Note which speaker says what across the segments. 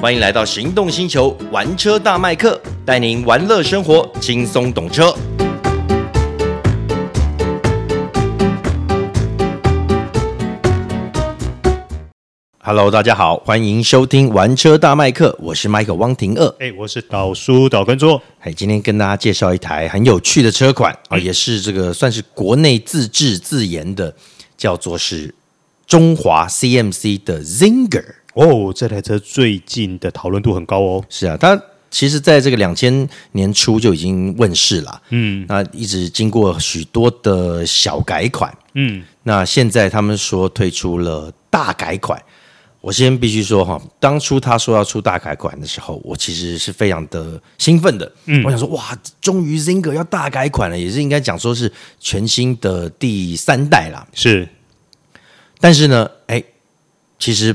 Speaker 1: 欢迎来到行动星球玩车大麦克，带您玩乐生活，轻松懂车。Hello，大家好，欢迎收听玩车大麦克，我是 Michael 汪廷二。
Speaker 2: 哎、我是导叔导根座，
Speaker 1: 哎，今天跟大家介绍一台很有趣的车款啊，也是这个算是国内自制自研的，叫做是中华 CMC 的 Zinger。
Speaker 2: 哦，这台车最近的讨论度很高哦。
Speaker 1: 是啊，它其实在这个两千年初就已经问世了，嗯，那一直经过许多的小改款，
Speaker 2: 嗯，
Speaker 1: 那现在他们说推出了大改款。我先必须说哈，当初他说要出大改款的时候，我其实是非常的兴奋的。嗯，我想说哇，终于 Zinger 要大改款了，也是应该讲说是全新的第三代啦。
Speaker 2: 是
Speaker 1: 但是呢，哎、其实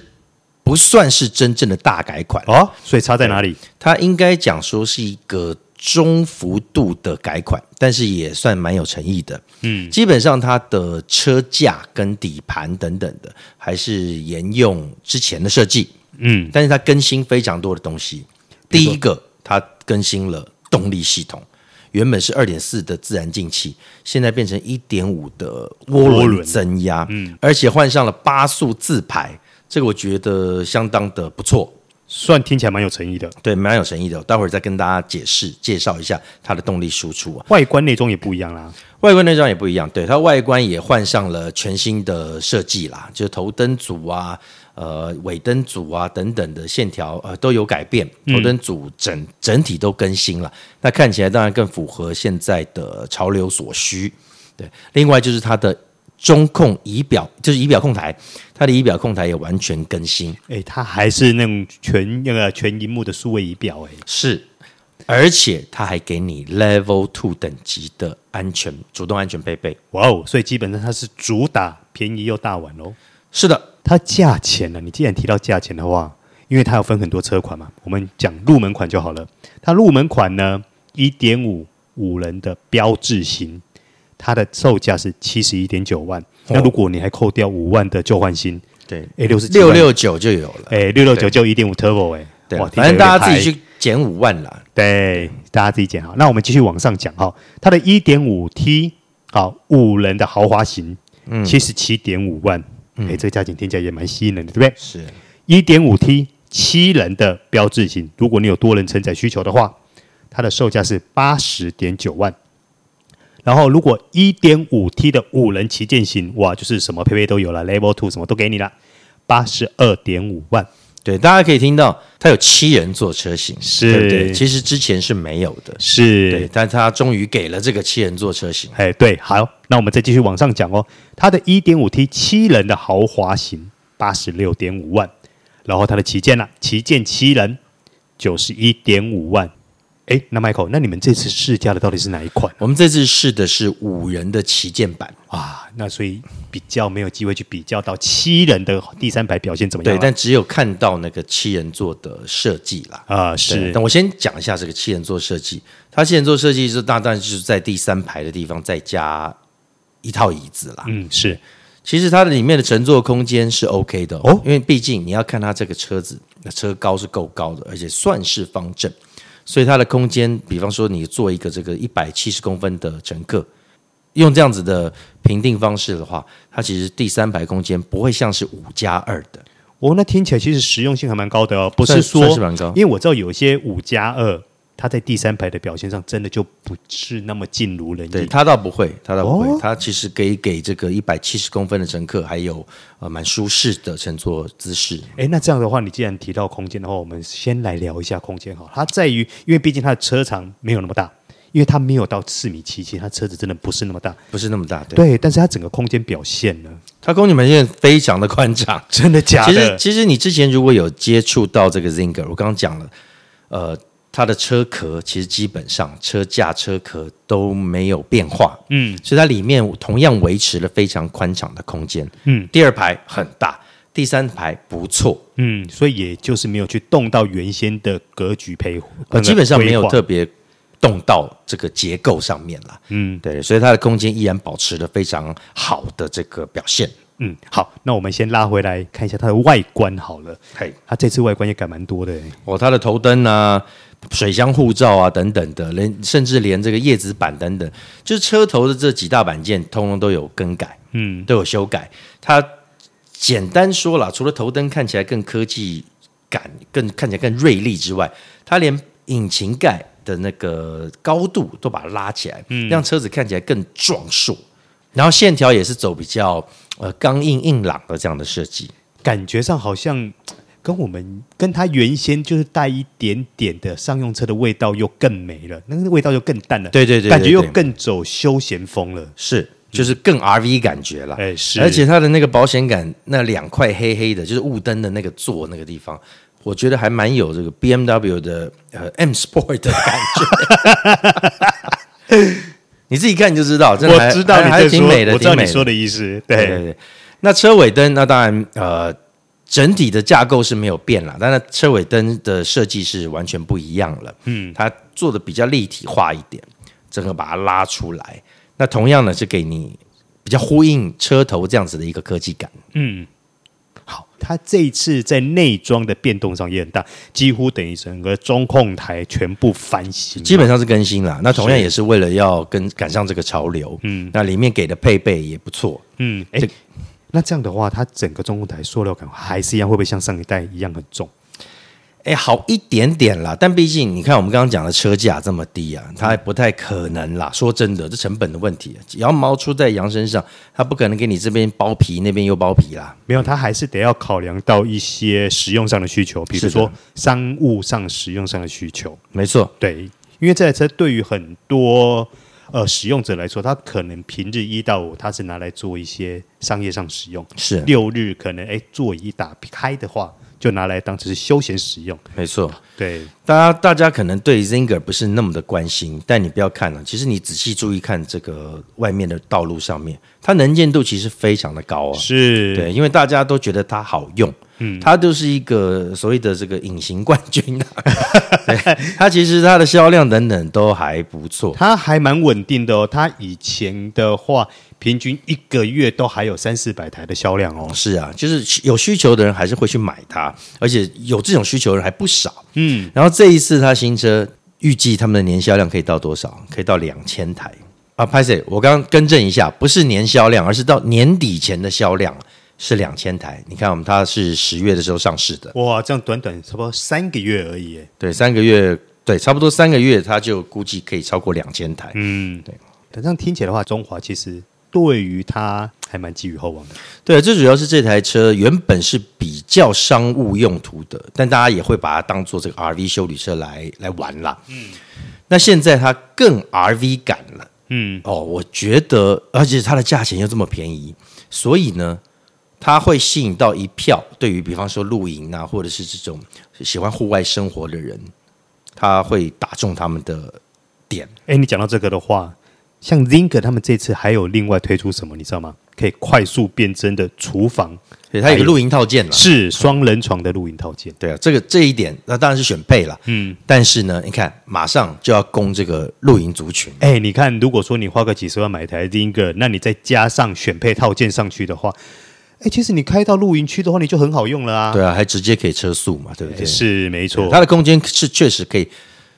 Speaker 1: 不算是真正的大改款，
Speaker 2: 哦，所以差在哪里？
Speaker 1: 它应该讲说是一个中幅度的改款，但是也算蛮有诚意的。嗯，基本上它的车架跟底盘等等的还是沿用之前的设计，
Speaker 2: 嗯，
Speaker 1: 但是它更新非常多的东西。第一个，它更新了动力系统。原本是二点四的自然进气，现在变成一点五的涡
Speaker 2: 涡
Speaker 1: 轮
Speaker 2: 轮
Speaker 1: 增压，嗯，而且换上了八速自排，这个我觉得相当的不错。
Speaker 2: 算听起来蛮有诚意的，
Speaker 1: 对，蛮有诚意的。哦待会儿再跟大家解释介绍一下它的动力输出啊。
Speaker 2: 外观内装也不一样啦。
Speaker 1: 外观内装也不一样，对它外观也换上了全新的设计啦，就是头灯组啊、呃尾灯组啊等等的线条呃都有改变，头灯组整、整体都更新了，那看起来当然更符合现在的潮流所需。对，另外就是它的中控仪表，就是仪表控台，它的仪表控台也完全更新。
Speaker 2: 哎、它还是那种全那个全荧幕的数位仪表、哎，
Speaker 1: 是，而且它还给你 Level Two 等级的安全主动安全配备。
Speaker 2: 哇哦，所以基本上它是主打便宜又大碗哦喽。
Speaker 1: 是的，
Speaker 2: 它价钱呢、你既然提到价钱的话，因为它有分很多车款嘛，我们讲入门款就好了。它入门款呢，一点五五人的标志型，它的售价是七十一点九
Speaker 1: 哦
Speaker 2: 万。那如果你还扣掉五万的旧换新
Speaker 1: 对，
Speaker 2: ，A 六是
Speaker 1: 六，六九就有了。
Speaker 2: 哎，六六九就一点五 Turbo 哎、
Speaker 1: 对，
Speaker 2: 哇，
Speaker 1: 反正大家自己
Speaker 2: 去
Speaker 1: 去减五万啦。
Speaker 2: 对，大家自己捡好。那我们继续往上讲哈，它的一点五 T 好五人的豪华型，
Speaker 1: 嗯
Speaker 2: 七十七点五万，哎、这个价钱听起来也蛮吸引人的，对不对？
Speaker 1: 是，
Speaker 2: 一点五 T 七人的标志型，如果你有多人承载需求的话，它的售价是八十点九万。然后，如果一点五 T 的五人旗舰型，哇，就是什么配备都有了，Level Two 什么都给你了，八十二点五万。
Speaker 1: 对，大家可以听到它有七人座车型，
Speaker 2: 是
Speaker 1: 对不对？其实之前是没有的。对，
Speaker 2: 是，
Speaker 1: 但它终于给了这个七人座车型。
Speaker 2: 哎，对，好，那我们再继续往上讲哦。它的一点五 T 七人的豪华型，八十六点五万。然后它的旗舰啦，旗舰七人，九十一点五万。哎，那 Michael，那你们这次试驾的到底是哪一款？
Speaker 1: 我们这次试的是五人的旗舰版，
Speaker 2: 啊，那所以比较没有机会去比较到七人的第三排表现怎么样啊
Speaker 1: 对，
Speaker 2: 了？
Speaker 1: 但只有看到那个七人座的设计啦。
Speaker 2: 啊、
Speaker 1: 对
Speaker 2: 是
Speaker 1: 但我先讲一下这个七人座设计。它七人座设计是大当然就是在第三排的地方再加一套椅子啦。
Speaker 2: 嗯是
Speaker 1: 其实它的里面的乘坐空间是 OK 的哦，
Speaker 2: 哦
Speaker 1: 因为毕竟你要看它这个车子，那车高是够高的，而且算是方正，所以它的空间，比方说你做一个这个一百七十公分的乘客，用这样子的评定方式的话，它其实第三排空间不会像是五加二的，
Speaker 2: 哦，那听起来其实实用性还蛮高的哦，不
Speaker 1: 算
Speaker 2: 是说
Speaker 1: 算是蛮高
Speaker 2: 因为我知道有一些五加二，它在第三排的表现上真的就不是那么尽如人
Speaker 1: 对
Speaker 2: 意。
Speaker 1: 他倒不会，他倒不会，
Speaker 2: 哦
Speaker 1: 他其实可以给这个一百七十公分的乘客，还有呃蛮舒适的乘坐姿势。
Speaker 2: 哎，那这样的话，你既然提到空间的话，我们先来聊一下空间哈。它在于，因为毕竟它的车长没有那么大，因为它没有到四米七，其实它车子真的不是那么大。
Speaker 1: 不是那么大，对，
Speaker 2: 对，但是它整个空间表现呢，
Speaker 1: 它空间门线非常的宽敞。
Speaker 2: 真的 假
Speaker 1: 其实，
Speaker 2: 的？
Speaker 1: 其实你之前如果有接触到这个 Zinger，我刚刚讲了，呃，它的车壳其实基本上车架、车壳都没有变化，
Speaker 2: 嗯，
Speaker 1: 所以它里面同样维持了非常宽敞的空间。
Speaker 2: 嗯，
Speaker 1: 第二排很大，第三排不错，
Speaker 2: 嗯，所以也就是没有去动到原先的格局配，
Speaker 1: 呃，基本上没有
Speaker 2: 规划
Speaker 1: 特别动到这个结构上面啦。
Speaker 2: 嗯，
Speaker 1: 对，所以它的空间依然保持了非常好的这个表现。
Speaker 2: 嗯，好，那我们先拉回来看一下它的外观好了。
Speaker 1: 嘿，
Speaker 2: 它这次外观也改蛮多的、欸，
Speaker 1: 哦，它的头灯啊、水箱护罩啊等等的，连甚至连这个叶子板等等，就是车头的这几大板件，通通都有更改，
Speaker 2: 嗯，
Speaker 1: 都有修改。它简单说了，除了头灯看起来更科技感、更看起来更锐利之外，它连引擎盖的那个高度都把它拉起来，让车子看起来更壮硕。然后线条也是走比较呃刚硬硬朗的这样的设计，
Speaker 2: 感觉上好像跟我们跟它原先就是带一点点的商用车的味道又更没了，那个味道又更淡了，
Speaker 1: 对对对对
Speaker 2: 感觉又
Speaker 1: 对
Speaker 2: 更走休闲风了。
Speaker 1: 是就是更 RV 感觉了。
Speaker 2: 哎是
Speaker 1: 而且它的那个保险杆那两块黑黑的，就是雾灯的那个座那个地方，我觉得还蛮有这个 BMW 的呃 M Sport 的感觉。 你自己看你就知道，真的还
Speaker 2: 我知道你
Speaker 1: 还还
Speaker 2: 在
Speaker 1: 挺
Speaker 2: 说，
Speaker 1: 美的，
Speaker 2: 我知道
Speaker 1: 挺美
Speaker 2: 你
Speaker 1: 的
Speaker 2: 说的意思，
Speaker 1: 对对对。那车尾灯，那当然呃，整体的架构是没有变啦，但是车尾灯的设计是完全不一样了。嗯，它做的比较立体化一点，整个把它拉出来。那同样呢，是给你比较呼应车头这样子的一个科技感。
Speaker 2: 好，它这一次在内装的变动上也很大，几乎等于整个中控台全部翻新。
Speaker 1: 基本上是更新了。那同样也是为了要跟赶上这个潮流。嗯，那里面给的配备也不错。
Speaker 2: 嗯，哎、
Speaker 1: 这
Speaker 2: 那这样的话，它整个中控台塑料感还是一样，会不会像上一代一样很重？
Speaker 1: 哎，好一点点啦，但毕竟你看我们刚刚讲的车价这么低啊，它不太可能啦。说真的，这成本的问题，啊羊毛出在羊身上，它不可能给你这边包皮，那边又包皮啦。
Speaker 2: 没有，它还是得要考量到一些实用上的需求，比如
Speaker 1: 是的
Speaker 2: 说商务上、实用上的需求。
Speaker 1: 没错，
Speaker 2: 对，因为这台车对于很多呃使用者来说，它可能平日一到五它是拿来做一些商业上使用，
Speaker 1: 是
Speaker 2: 六日可能哎座椅打开的话，就拿来当成是休闲使用。
Speaker 1: 没错。
Speaker 2: 对，
Speaker 1: 大家大家可能对 Zinger 不是那么的关心，但你不要看了、其实你仔细注意看这个外面的道路上面，它能见度其实非常的高啊。
Speaker 2: 是，
Speaker 1: 对，因为大家都觉得它好用，嗯，它就是一个所谓的这个隐形冠军啊。 对，它其实它的销量等等都还不错，
Speaker 2: 它还蛮稳定的哦。它以前的话，平均一个月都还有三四百台的销量哦。
Speaker 1: 是啊，就是有需求的人还是会去买它，而且有这种需求的人还不少。嗯，然后这一次它新车预计他们的年销量可以到多少？可以到两千台啊！拍谁？我刚刚更正一下，不是年销量，而是到年底前的销量是两千台。你看，我们它是十月的时候上市的，
Speaker 2: 哇，这样短短差不多三个月而已耶。
Speaker 1: 对，三个月，对，差不多三个月，它就估计可以超过两千台。
Speaker 2: 嗯，
Speaker 1: 对。
Speaker 2: 但这样听起来的话，中华其实对于它还蛮寄予厚望的。
Speaker 1: 对，最主要是这台车原本是比较商务用途的，但大家也会把它当做这个 RV 修理车来来玩啦。嗯，那现在它更 RV 感了。
Speaker 2: 嗯，
Speaker 1: 哦，我觉得，而且它的价钱又这么便宜，所以呢，它会吸引到一票对于比方说露营啊，或者是这种喜欢户外生活的人，他会打中他们的点。
Speaker 2: 哎，你讲到这个的话，像 Zinger 他们这次还有另外推出什么，你知道吗？可以快速变身的厨房，
Speaker 1: 对，
Speaker 2: 哎
Speaker 1: 它有个露营套件了。
Speaker 2: 是双人床的露营套件。
Speaker 1: 对啊，这个这一点，那当然是选配了。嗯，但是呢，你看，马上就要攻这个露营族群，
Speaker 2: 哎、你看，如果说你花个几十万买一台 Zinger，那你再加上选配套件上去的话，哎、其实你开到露营区的话，你就很好用了啊。
Speaker 1: 对啊，还直接可以车速嘛，对不
Speaker 2: 哎，
Speaker 1: 对？
Speaker 2: 是没错。
Speaker 1: 它的空间是确实可以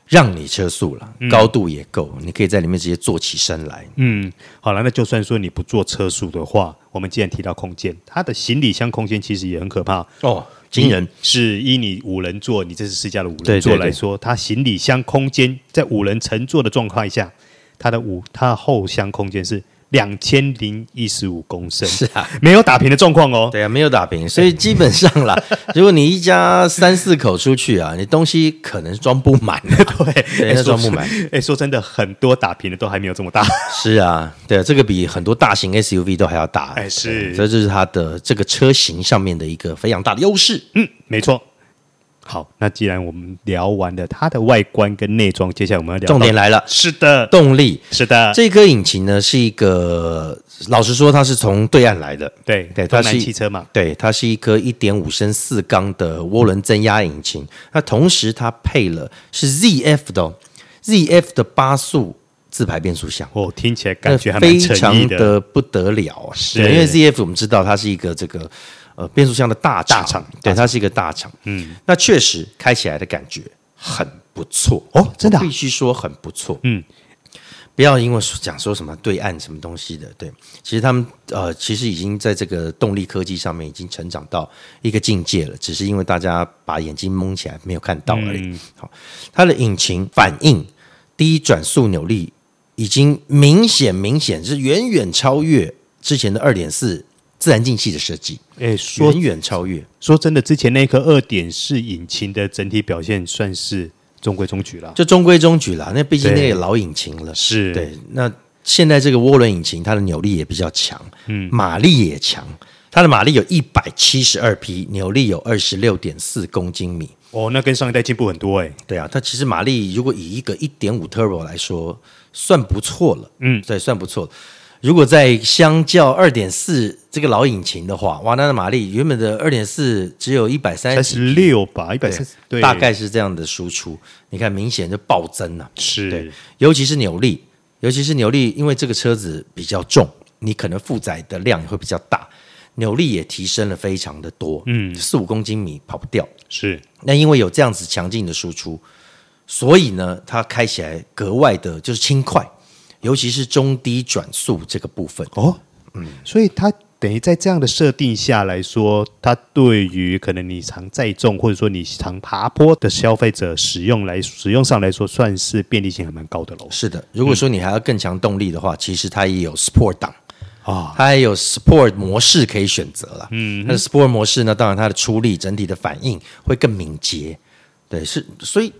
Speaker 1: 让你车速了，高度也够，你可以在里面直接坐起身来。
Speaker 2: 嗯，好了，那就算说你不做车速的话，我们既然提到空间，它的行李箱空间其实也很可怕，
Speaker 1: 哦，惊人！
Speaker 2: 是依你五人座，你这是试驾的五人
Speaker 1: 对
Speaker 2: 座
Speaker 1: 对
Speaker 2: 来
Speaker 1: 对
Speaker 2: 说，它行李箱空间在五人乘坐的状况下，它的五它的后箱空间是两千零一十五公升，
Speaker 1: 是啊，
Speaker 2: 没有打平的状况哦。
Speaker 1: 对啊，没有打平，所以基本上 啦，如果你一家三四口出去啊，你东西可能装不满、
Speaker 2: 对，
Speaker 1: 对
Speaker 2: 哎
Speaker 1: 那
Speaker 2: 说
Speaker 1: 装不满
Speaker 2: 哎、说真的，很多打平的都还没有这么大。
Speaker 1: 是啊，对啊，这个比很多大型 SUV 都还要大。
Speaker 2: 哎是
Speaker 1: 对所以这是它的这个车型上面的一个非常大的优势。
Speaker 2: 嗯，没错。好，那既然我们聊完了它的外观跟内装，接下来我们要聊到
Speaker 1: 重点来了，
Speaker 2: 是的，
Speaker 1: 动力。
Speaker 2: 是的，
Speaker 1: 这颗引擎呢是一个，老实说，它是从对岸来的。
Speaker 2: 对
Speaker 1: 对
Speaker 2: 东
Speaker 1: 它
Speaker 2: 南
Speaker 1: 是
Speaker 2: 汽车嘛，
Speaker 1: 对，它是一颗一点五升四缸的涡轮增压引擎。那同时它配了是 ZF 的、哦、ZF 的八速自排变速箱。
Speaker 2: 哦，听起来感觉还蛮
Speaker 1: 非
Speaker 2: 诚意
Speaker 1: 常
Speaker 2: 的。
Speaker 1: 的不得了啊，
Speaker 2: 是
Speaker 1: 对，因为 ZF 我们知道它是一个这个呃变速箱的大厂，
Speaker 2: 大厂
Speaker 1: 对，它是一个大厂，嗯，那确实开起来的感觉很不错
Speaker 2: 哦真的啊
Speaker 1: 我必须说很不错，
Speaker 2: 嗯，
Speaker 1: 不要因为说讲说什么对岸什么东西的，对，其实他们呃其实已经在这个动力科技上面已经成长到一个境界了，只是因为大家把眼睛蒙起来没有看到而
Speaker 2: 嗯
Speaker 1: 已。好，它的引擎反应低转速扭力已经明显明显是远远超越之前的二点四自然进气的设计，
Speaker 2: 哎，说
Speaker 1: 远远超越。
Speaker 2: 说真的，之前那颗二点四引擎的整体表现算是中规中矩啦。
Speaker 1: 就中规中矩啦。那毕竟那
Speaker 2: 对
Speaker 1: 个老引擎了，
Speaker 2: 是
Speaker 1: 对。那现在这个涡轮引擎，它的扭力也比较强，嗯，马力也强，它的马力有一百七十二匹，扭力有二十六点四公斤米。
Speaker 2: 哦，那跟上一代进步很多哎、
Speaker 1: 对啊，它其实马力如果以一个一点五 turbo 来说，算不错了，嗯，对，算不错了。如果在相较二点四这个老引擎的话，哇，那的马力原本的二点四只有一百
Speaker 2: 三
Speaker 1: 三十，
Speaker 2: 十六吧，一百三十，哎对，
Speaker 1: 大概是这样的输出，你看明显就暴增啊了、
Speaker 2: 是
Speaker 1: 对，尤其是扭力，尤其是扭力，因为这个车子比较重，你可能负载的量也会比较大，扭力也提升了非常的多，嗯，四五公斤米跑不掉。
Speaker 2: 是
Speaker 1: 那因为有这样子强劲的输出，所以呢，它开起来格外的就是轻快，尤其是中低转速这个部分。
Speaker 2: 哦，嗯，所以它等于在这样的设定下来说，它对于可能你常载重或者说你常爬坡的消费者使用来使用上来说，算是便利性还蛮高的喽。
Speaker 1: 是的，如果说你还要更强动力的话，其实它也有 Sport 档。
Speaker 2: 啊、
Speaker 1: 它还有 Sport 模式可以选择了。嗯，那 Sport 模式呢，当然它的出力整体的反应会更敏捷。对，是所以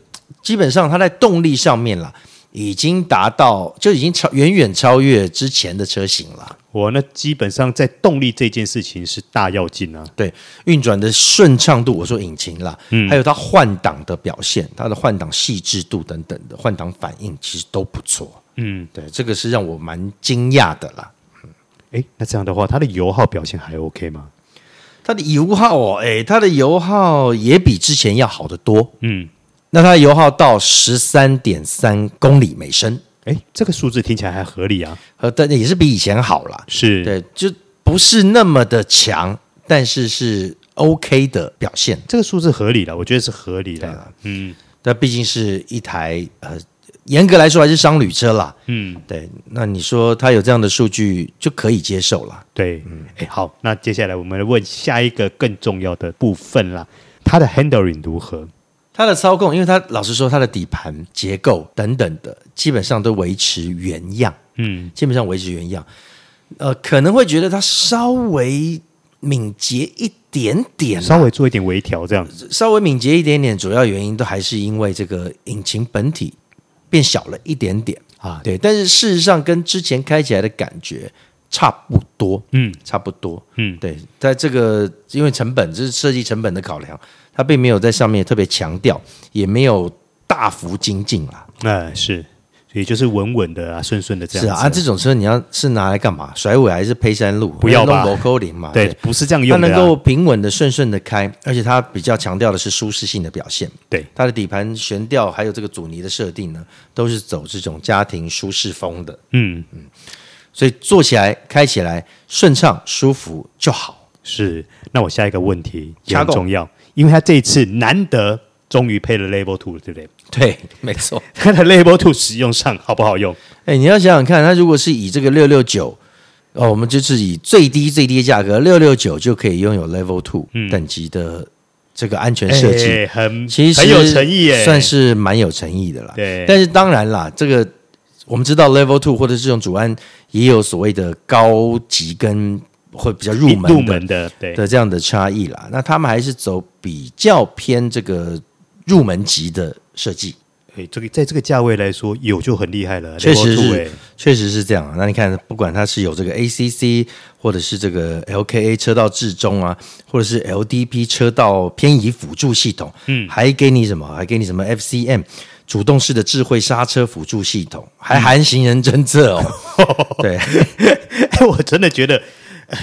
Speaker 1: 基本上它在动力上面啦，已经达到就已经超远远超越之前的车型了。
Speaker 2: 我哦那基本上在动力这件事情是大要进啊。
Speaker 1: 对，运转的顺畅度，我说引擎啦，还有它换挡的表现，它的换挡细致度等等的换挡反应，其实都不错。嗯，对，这个是让我蛮惊讶的啦。
Speaker 2: 诶，哎那这样的话，它的油耗表现还 OK 吗？
Speaker 1: 它的油耗哦，哎，它的油耗也比之前要好得多。
Speaker 2: 嗯，
Speaker 1: 那它的油耗到十三点三公里每升，
Speaker 2: 诶，哎这个数字听起来还合理啊。
Speaker 1: 呃，但也是比以前好啦。
Speaker 2: 是，
Speaker 1: 对，就不是那么的强，但是是 OK 的表现。
Speaker 2: 这个数字合理了，我觉得是合理的。
Speaker 1: 啊
Speaker 2: 嗯，
Speaker 1: 但毕竟是一台呃，严格来说还是商旅车啦。
Speaker 2: 嗯，
Speaker 1: 对，那你说它有这样的数据就可以接受啦。
Speaker 2: 对，哎、好，那接下来我们来问下一个更重要的部分啦，它的 handling 如何？
Speaker 1: 它的操控，因为它老实说，它的底盘结构等等的，基本上都维持原样。
Speaker 2: 嗯，
Speaker 1: 基本上维持原样。呃，可能会觉得它稍微敏捷一点点啦，
Speaker 2: 稍微做一点微调，这样子
Speaker 1: 稍微敏捷一点点，主要原因都还是因为这个引擎本体变小了一点点
Speaker 2: 啊
Speaker 1: 对，但是事实上跟之前开起来的感觉差不多，
Speaker 2: 嗯，
Speaker 1: 差不多，
Speaker 2: 嗯
Speaker 1: 对，在这个因为成本这是设计成本的考量，它并没有在上面特别强调，也没有大幅精进啦。
Speaker 2: 哎、是，所以就是稳稳的啊，顺顺的这
Speaker 1: 是
Speaker 2: 样
Speaker 1: 啊，
Speaker 2: 子。
Speaker 1: 啊这种车你要是拿来干嘛？甩尾还是胚山路？不
Speaker 2: 要吧
Speaker 1: 龙沟林嘛，
Speaker 2: 对，不是这样
Speaker 1: 它
Speaker 2: 用的、
Speaker 1: 能
Speaker 2: 啊。
Speaker 1: 够平稳的、顺顺的开，而且它比较强调的是舒适性的表现。
Speaker 2: 对
Speaker 1: 它的底盘悬吊还有这个阻尼的设定呢，都是走这种家庭舒适风的，
Speaker 2: 嗯，
Speaker 1: 所以坐起来、开起来顺畅、舒服就好。
Speaker 2: 是。那我下一个问题也
Speaker 1: 掐
Speaker 2: 很
Speaker 1: 够
Speaker 2: 重要，因为它这一次难得终于配了 Level Two，对不对？
Speaker 1: 对，没错。
Speaker 2: 它的 Level Two 使用上好不好用？
Speaker 1: 哎，你要想想看，它如果是以这个六六九，哦，我们就是以最低最低的价格六六九就可以拥有 Level Two、等级的这个安全设计。
Speaker 2: 嗯哎很
Speaker 1: 其实
Speaker 2: 很有诚意耶，
Speaker 1: 算是蛮有诚意的啦。
Speaker 2: 对
Speaker 1: 但是当然啦，这个我们知道 Level Two 或者是这种主安也有所谓的高级跟或比较入门的
Speaker 2: 入门的，对
Speaker 1: 的这样的差异啦。那他们还是走比较偏这个入门级的设计，
Speaker 2: 哎，这个在这个价位来说，有就很厉害了，
Speaker 1: 确实
Speaker 2: Level
Speaker 1: 是
Speaker 2: Two，哎
Speaker 1: 确实是这样啊。那你看，不管它是有这个 ACC 或者是这个 LKA 车道至中啊，或者是 LDP 车道偏移辅助系统，嗯，还给你什么？还给你什么 FCM 主动式的智慧刹车辅助系统，还含行人侦测哦。对，
Speaker 2: 哎，我真的觉得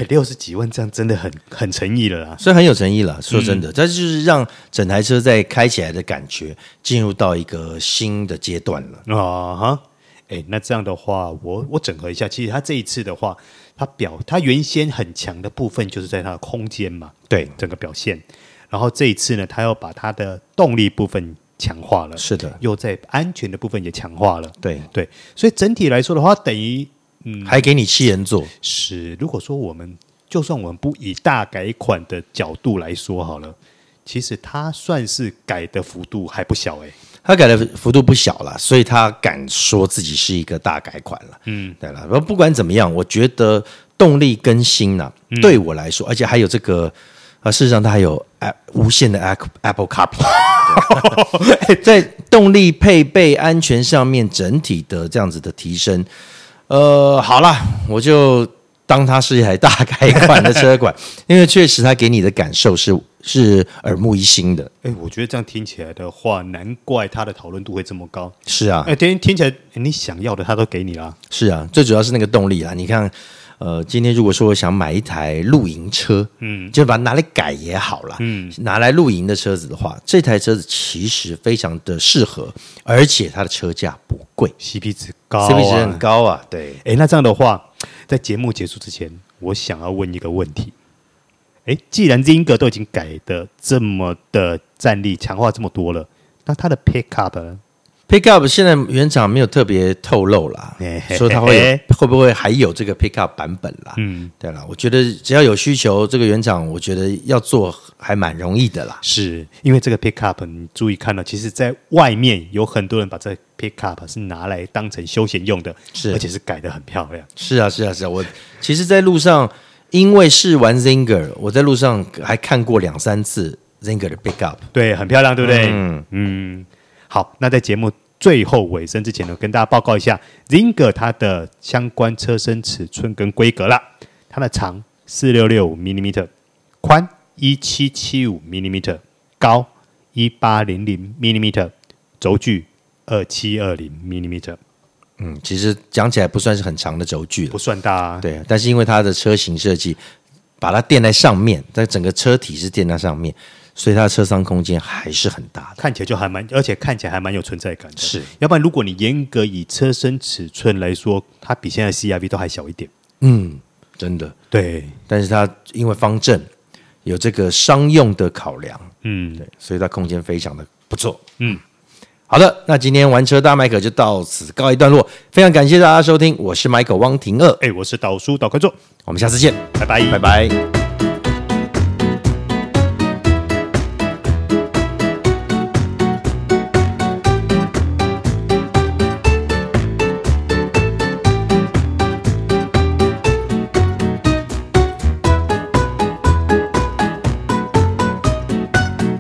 Speaker 2: 六十几万这样真的很很诚意了啦。
Speaker 1: 所以很有诚意了。说真的，但是就是让整台车在开起来的感觉进入到一个新的阶段了。
Speaker 2: 啊哈，哎，那这样的话，我我整合一下，其实它这一次的话，它表它原先很强的部分就是在它的空间嘛，
Speaker 1: 对，
Speaker 2: 整个表现。然后这一次呢，它要把它的动力部分强化了，
Speaker 1: 是的，
Speaker 2: 又在安全的部分也强化了。
Speaker 1: 对，
Speaker 2: 对，所以整体来说的话，等于嗯
Speaker 1: 还给你七人座，
Speaker 2: 是，如果说我们就算我们不以大改款的角度来说好了，其实它算是改的幅度还不小哎、
Speaker 1: 他改的幅度不小了，所以他敢说自己是一个大改款了。嗯，对了，不不管怎么样，我觉得动力更新呢、对我来说，而且还有这个。啊，事实上，它还有 a 无线的 Apple Apple CarPlay，对哎在动力配备、安全上面整体的这样子的提升，呃，好啦，我就当它是一台大改款的车款，因为确实它给你的感受是是耳目一新的。
Speaker 2: 哎、我觉得这样听起来的话，难怪它的讨论度会这么高。
Speaker 1: 是啊，
Speaker 2: 哎、听听起来、哎你想要的它都给你啦。
Speaker 1: 是啊，最主要是那个动力啦。你看，呃，今天如果说我想买一台露营车，嗯，就把它拿来改也好啦，嗯，拿来露营的车子的话，这台车子其实非常的适合，而且它的车价不贵、
Speaker 2: CP 值高、啊、
Speaker 1: c p 值很高啊，对，
Speaker 2: 哎，那这样的话，在节目结束之前，我想要问一个问题。哎，既然 Zinger 都已经改的这么的战力强化这么多了，那它的 Pickup 呢？
Speaker 1: Pickup 现在原厂没有特别透露啦
Speaker 2: 嘿嘿，
Speaker 1: 说它会有会不会还有这个 Pickup 版本啦？嗯，对啦，我觉得只要有需求，这个原厂我觉得要做还蛮容易的啦。
Speaker 2: 是因为这个 Pickup，你注意看到，其实在外面有很多人把这 Pickup 是拿来当成休闲用的，
Speaker 1: 是
Speaker 2: 而且是改的很漂亮。
Speaker 1: 是啊，是啊，是啊，我其实，在路上因为试完 Zinger，我在路上还看过两三次 Zinger 的 Pickup。
Speaker 2: 对，很漂亮，对不对？嗯好，那在节目最后尾声之前呢，跟大家报告一下 Zinger 它的相关车身尺寸跟规格啦。它的长四六六五 m m 宽一七七五 m m 高一八零零 m m 轴距二七二零 m m
Speaker 1: 嗯，其实讲起来不算是很长的轴距了
Speaker 2: 不，算大、啊。
Speaker 1: 对，但是因为它的车型设计把它垫在上面，但整个车体是垫在上面，所以它的车舱空间还是很大的。
Speaker 2: 看起来就还蛮，而且看起来还蛮有存在感的。是，要不然如果你严格以车身尺寸来说，它比现在 CRV 都还小一点。
Speaker 1: 嗯，真的。
Speaker 2: 对，
Speaker 1: 但是它因为方正有这个商用的考量，
Speaker 2: 嗯，
Speaker 1: 对，所以它空间非常的不错。嗯，好的，那今天玩车大麦克就到此告一段落，非常感谢大家收听，我是 Michael 汪廷乐，
Speaker 2: 哎，我是导叔导观众，
Speaker 1: 我们下次见，
Speaker 2: 拜拜，
Speaker 1: 拜拜。